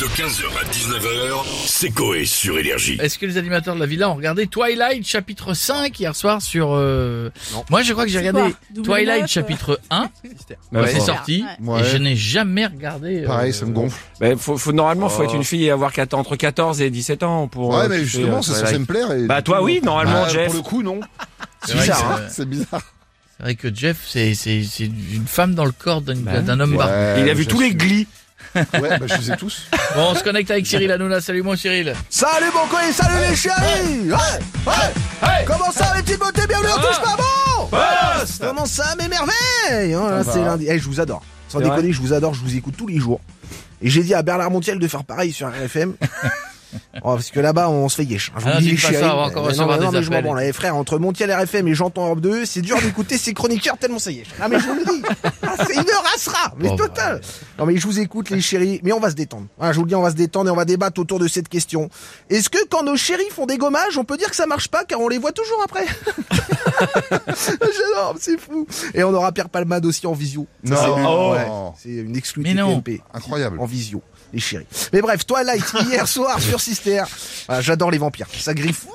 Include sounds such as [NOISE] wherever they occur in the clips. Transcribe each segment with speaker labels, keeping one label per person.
Speaker 1: De 15h à 19h, c'est Coé sur Énergie.
Speaker 2: Est-ce que les animateurs de la villa ont regardé Twilight chapitre 5 hier soir sur... euh,
Speaker 3: Non.
Speaker 2: Moi je crois que j'ai
Speaker 4: C'est
Speaker 2: regardé
Speaker 4: quoi
Speaker 2: Twilight
Speaker 4: W9,
Speaker 2: chapitre 1 quand
Speaker 3: Bah,
Speaker 5: Ouais, ouais.
Speaker 2: c'est sorti
Speaker 5: Ouais.
Speaker 2: et je n'ai jamais regardé... euh,
Speaker 5: Pareil, ça me gonfle.
Speaker 3: Bah, faut, faut- normalement, faut être une fille et avoir quat- entre 14 et 17 ans pour. euh,
Speaker 5: ouais, mais
Speaker 3: kiffer,
Speaker 5: justement,
Speaker 3: euh,
Speaker 5: c'est
Speaker 3: Twilight.
Speaker 5: censé me plaire. Et
Speaker 3: Bah, toi, oui, normalement,
Speaker 5: Bah,
Speaker 3: Jeff.
Speaker 5: Pour le coup, non. C'est
Speaker 2: C'est vrai
Speaker 5: bizarre.
Speaker 2: que
Speaker 5: hein, C'est bizarre.
Speaker 2: C'est vrai que Jeff c'est c'est- c'est une femme dans le corps d'un
Speaker 3: Bah,
Speaker 2: d'un homme barbu.
Speaker 5: Ouais,
Speaker 3: Il a vu
Speaker 5: je
Speaker 3: tous les
Speaker 5: sais.
Speaker 3: glis.
Speaker 5: Ouais, bah, je les ai tous.
Speaker 2: Bon on se connecte avec Cyril Hanouna, salut mon Cyril
Speaker 6: Salut bon coin, salut les chéris Ouais, ouais, Comment ça les petites beautés, bienvenue, on
Speaker 2: Ah.
Speaker 6: touche pas bon Comment ça mes merveilles Oh là,
Speaker 5: Ça
Speaker 6: C'est
Speaker 5: va.
Speaker 6: lundi, Eh, je vous adore, sans
Speaker 3: C'est vrai
Speaker 6: déconner je vous adore, je vous écoute tous les jours. Et j'ai dit à Bernard Montiel de faire pareil sur
Speaker 2: [LAUGHS]
Speaker 6: RFM. Oh, parce que là-bas, on se fait yéch. Je vous
Speaker 2: Ah,
Speaker 6: le dis,
Speaker 2: dites
Speaker 6: les
Speaker 2: pas ça,
Speaker 6: chéris.
Speaker 2: on va encore
Speaker 6: mais non,
Speaker 2: recevoir
Speaker 6: mais non,
Speaker 2: des
Speaker 6: mais je m'en
Speaker 2: appels.
Speaker 6: branle. Eh, frère, entre Montiel RFM et J'entends Europe 2, c'est dur d'écouter ces chroniqueurs tellement ça yéch. Ah, mais je vous le dis. Ah, c'est une heure à sera. Mais
Speaker 2: Oh, bah,
Speaker 6: total. Non mais je vous écoute les chéris, mais on va se détendre. Voilà, je vous le dis, on va se détendre et on va débattre autour de cette question. Est-ce que quand nos chéris font des gommages, on peut dire que ça marche pas car on les voit toujours
Speaker 5: [LAUGHS]
Speaker 6: après J'adore, c'est fou. Et on aura Pierre Palmade aussi en visio. Ça, c'est-
Speaker 3: Oh.
Speaker 5: Non. Oh.
Speaker 6: ouais, c'est une exclue
Speaker 2: Mais non.
Speaker 6: TPMP.
Speaker 5: Incroyable.
Speaker 6: En visio, les chéris. Mais bref, Twilight hier soir sur Sister. Voilà, j'adore les vampires. Ça griffe.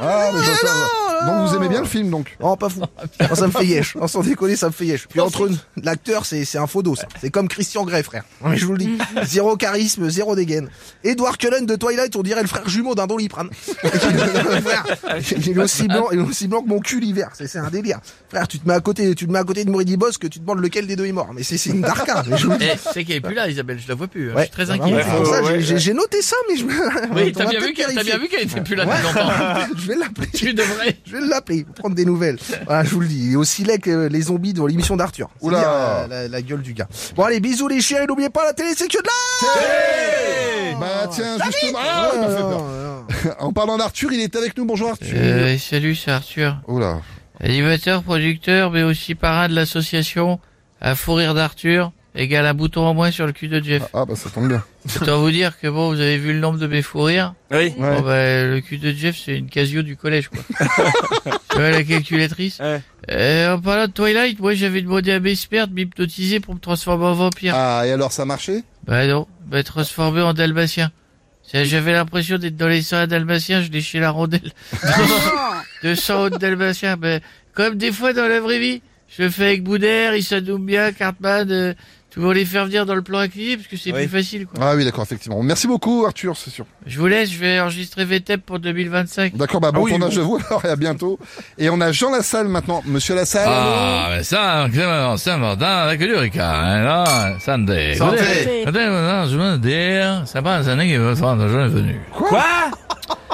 Speaker 5: Ah, mais j'entends.
Speaker 6: non, non.
Speaker 5: Donc, vous aimez bien le film, donc
Speaker 6: Oh, pas fou. Oh, ça me fait yesh. Oh, sans déconner, ça me fait yesh. Puis entre nous, l'acteur, c'est, c'est un faux dos, ça. C'est comme Christian Grey, frère. Non, mais je vous le
Speaker 2: [LAUGHS]
Speaker 6: dis. Zéro charisme, zéro dégaine. Edward Cullen de Twilight, on dirait le frère jumeau d'un Doliprane. [LAUGHS] frère, il est aussi blanc, il est aussi blanc que mon cul l'hiver. C'est, c'est un délire. Frère, tu te mets à côté, tu te mets à côté de Moridi Boss que tu te demandes lequel des deux est mort. Mais c'est, c'est une darka. Mais je vous le dis.
Speaker 2: Eh, c'est qu'elle est plus là Isabelle, je la vois plus, hein. je
Speaker 6: Ouais.
Speaker 2: suis très
Speaker 6: Ah, vraiment,
Speaker 2: inquiet.
Speaker 6: c'est pour
Speaker 3: [LAUGHS]
Speaker 6: ça,
Speaker 3: Ouais, ouais,
Speaker 6: j'ai- j'ai,
Speaker 3: ouais.
Speaker 6: j'ai noté ça, mais je [LAUGHS]
Speaker 2: Oui,
Speaker 6: on
Speaker 2: t'as
Speaker 6: va
Speaker 2: bien,
Speaker 6: peut-être
Speaker 2: vu qu'elle- t'as
Speaker 6: vérifier.
Speaker 2: bien vu qu'elle était plus là
Speaker 6: Ouais.
Speaker 2: depuis longtemps.
Speaker 6: [LAUGHS] Je vais l'appeler.
Speaker 2: Tu devrais...
Speaker 6: Je vais l'appeler pour prendre des nouvelles. Voilà, je vous le dis. Il est aussi laid que euh, les zombies dans l'émission d'Arthur. C'est
Speaker 5: Oula.
Speaker 6: dire, euh, la, la gueule du gars. Bon, allez, bisous les chiens et n'oubliez pas la télé, c'est que de
Speaker 5: Bah, tiens, justement. Ah, il m'a fait peur.
Speaker 6: là
Speaker 5: En parlant d'Arthur, il est avec nous. Bonjour, Arthur.
Speaker 2: Euh, salut c'est Arthur.
Speaker 5: Oula.
Speaker 2: Animateur, producteur, mais aussi parrain de l'association à Fourrir d'Arthur, égale un bouton en moins sur le cul de Jeff.
Speaker 5: Ah, bah, ça tombe bien.
Speaker 2: Autant vous dire que bon, vous avez vu le nombre de mes fous rires.
Speaker 3: Oui.
Speaker 5: Ouais.
Speaker 2: Bon, bah, le cul de Jeff, c'est une casio du
Speaker 5: [LAUGHS]
Speaker 2: collège, quoi. tu vois, la calculatrice.
Speaker 3: Ouais.
Speaker 2: Euh, en parlant de Twilight, moi, j'avais demandé à mes experts de m'hypnotiser pour me transformer en
Speaker 7: bah,
Speaker 2: vampire.
Speaker 5: Ah, et alors, ça a marché
Speaker 2: Bah non, me transformer en dalmatien. C'est- J'avais l'impression d'être dans les seins à dalmatien, je léchais la rondelle. de sang haut de dalmatien. Mais comme des fois dans la vraie vie, je le fais avec Boudère, Issa Doumbia, Cartman, euh, tout le monde les faire venir dans le plan incliné parce que c'est
Speaker 3: Oui.
Speaker 2: plus facile. Quoi.
Speaker 5: Ah, oui, d'accord, effectivement. Merci beaucoup, Arthur, c'est sûr.
Speaker 2: Je vous laisse, je vais enregistrer VTEP pour 2025.
Speaker 5: D'accord, bah, bon
Speaker 3: Ah oui,
Speaker 5: tournage de vous, alors, et à bientôt. Et on a Jean Lassalle maintenant. Monsieur Lassalle.
Speaker 7: Ah, mais ça, Clément, Saint-Martin avec le Ricard, hein, là, santé. Santé. Santé, maintenant, je veux dire, c'est pas un année qui veut prendre la journée venue.
Speaker 3: Quoi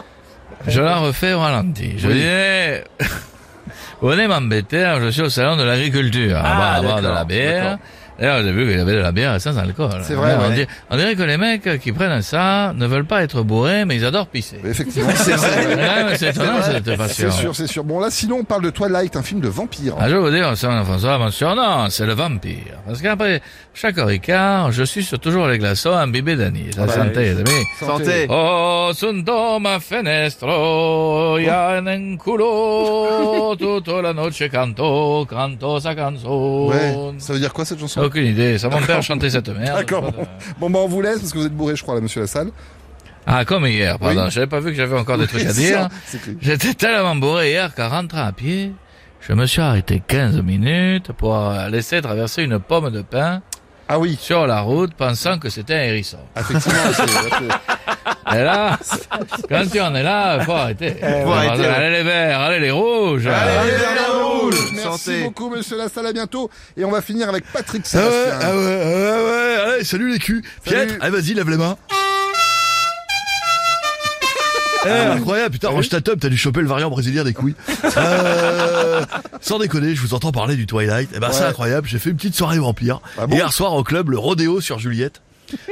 Speaker 7: [LAUGHS] Je la refais au ralenti. Je [LAUGHS] disais, venez m'embêter, hein, je suis au salon de l'agriculture,
Speaker 3: Ah,
Speaker 7: à boire- à boire de
Speaker 3: d'accord,
Speaker 7: la bière.
Speaker 3: d'accord.
Speaker 7: D'ailleurs, j'ai vu qu'il y avait de la bière sans alcool.
Speaker 5: C'est vrai,
Speaker 7: On,
Speaker 5: ouais.
Speaker 7: dirait, on dirait que les mecs qui prennent ça ne veulent pas être bourrés, mais ils adorent pisser.
Speaker 5: Effectivement,
Speaker 7: Ouais, mais Ah, c'est étonnant, cette passion.
Speaker 5: c'est sûr, c'est sûr. Bon, là, sinon, on parle de Twilight, un film de vampire.
Speaker 7: Ah, je veux dire, c'est un François, mon surnom, c'est le vampire. Parce qu'après chaque ricard, je suce toujours les glaçons imbibés d'anis. La
Speaker 5: bah,
Speaker 7: santé, les amis.
Speaker 3: Santé.
Speaker 7: Oh, sento ma fenestro, ya en un culo, tutta la noche canto, canto sa
Speaker 5: Ouais,
Speaker 7: canzone.
Speaker 5: ça veut dire quoi cette chanson
Speaker 7: Aucune idée, c'est mon père chanter cette merde. Pas
Speaker 5: D'accord.
Speaker 7: de-
Speaker 5: Bon, bah, on vous laisse parce que vous êtes bourré, je crois, là, monsieur Lassalle.
Speaker 7: Ah, comme hier, pardon,
Speaker 5: Oui.
Speaker 7: j'avais pas vu que j'avais encore des trucs à
Speaker 5: [LAUGHS] C'est
Speaker 7: dire.
Speaker 5: ça, c'est que-
Speaker 7: J'étais tellement bourré hier qu'en rentrant à pied, je me suis arrêté 15 minutes pour euh, laisser traverser une pomme de pain
Speaker 5: Ah oui,
Speaker 7: sur la route pensant que c'était un hérisson.
Speaker 5: effectivement. c'est-
Speaker 7: Et là, quand tu en es là, faut arrêter. Faut
Speaker 3: arrêter,
Speaker 7: Allez les verts, allez les rouges.
Speaker 5: Allez,
Speaker 3: Allez,
Speaker 5: vers la
Speaker 3: rouge.
Speaker 5: rouge. Merci
Speaker 3: Santé.
Speaker 5: beaucoup, monsieur Lassalle, à bientôt. Et on va finir avec Patrick
Speaker 8: Ah ouais,
Speaker 5: Sébastien.
Speaker 8: ah ouais, ah ouais, ah ouais, salut les culs.
Speaker 5: Salut. Ah,
Speaker 8: Pietre, allez, vas-y, lève les mains. Eh, incroyable, putain, range ta top, t'as dû choper le variant brésilien des couilles.
Speaker 5: [LAUGHS]
Speaker 8: Euh, sans déconner, je vous entends parler du Twilight. Eh ben, c'est
Speaker 5: Ouais.
Speaker 8: incroyable, j'ai fait une petite soirée vampire.
Speaker 5: Ah bon
Speaker 8: Hier soir au club, le rodéo sur Juliette.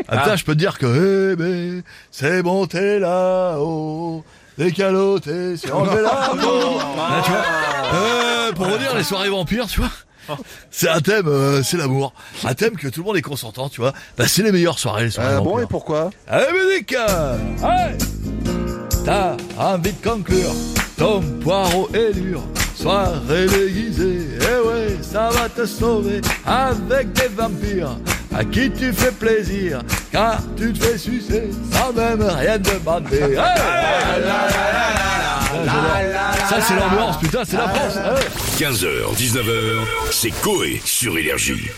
Speaker 8: Ah, putain, je peux te dire que, eh ben, c'est bon, t'es là-haut, t'es caloté, c'est enlevé la Là, tu vois, euh, pour redire les soirées vampires, tu vois. C'est un thème, euh, c'est l'amour. Un thème que tout le monde est consentant, tu vois. Bah, c'est les meilleures soirées, les soirées
Speaker 5: Euh, bon,
Speaker 8: vampires.
Speaker 5: et pourquoi
Speaker 8: Allez, musique Allez T'as envie de conclure Ton poireau est dur Soirée déguisée Eh ouais, ça va te sauver Avec des vampires à qui tu fais plaisir, car tu te fais sucer sans même rien demander. Hey Ça, c'est l'ambiance, putain, c'est la France.
Speaker 1: 15h, 19h, c'est Coé sur Énergie.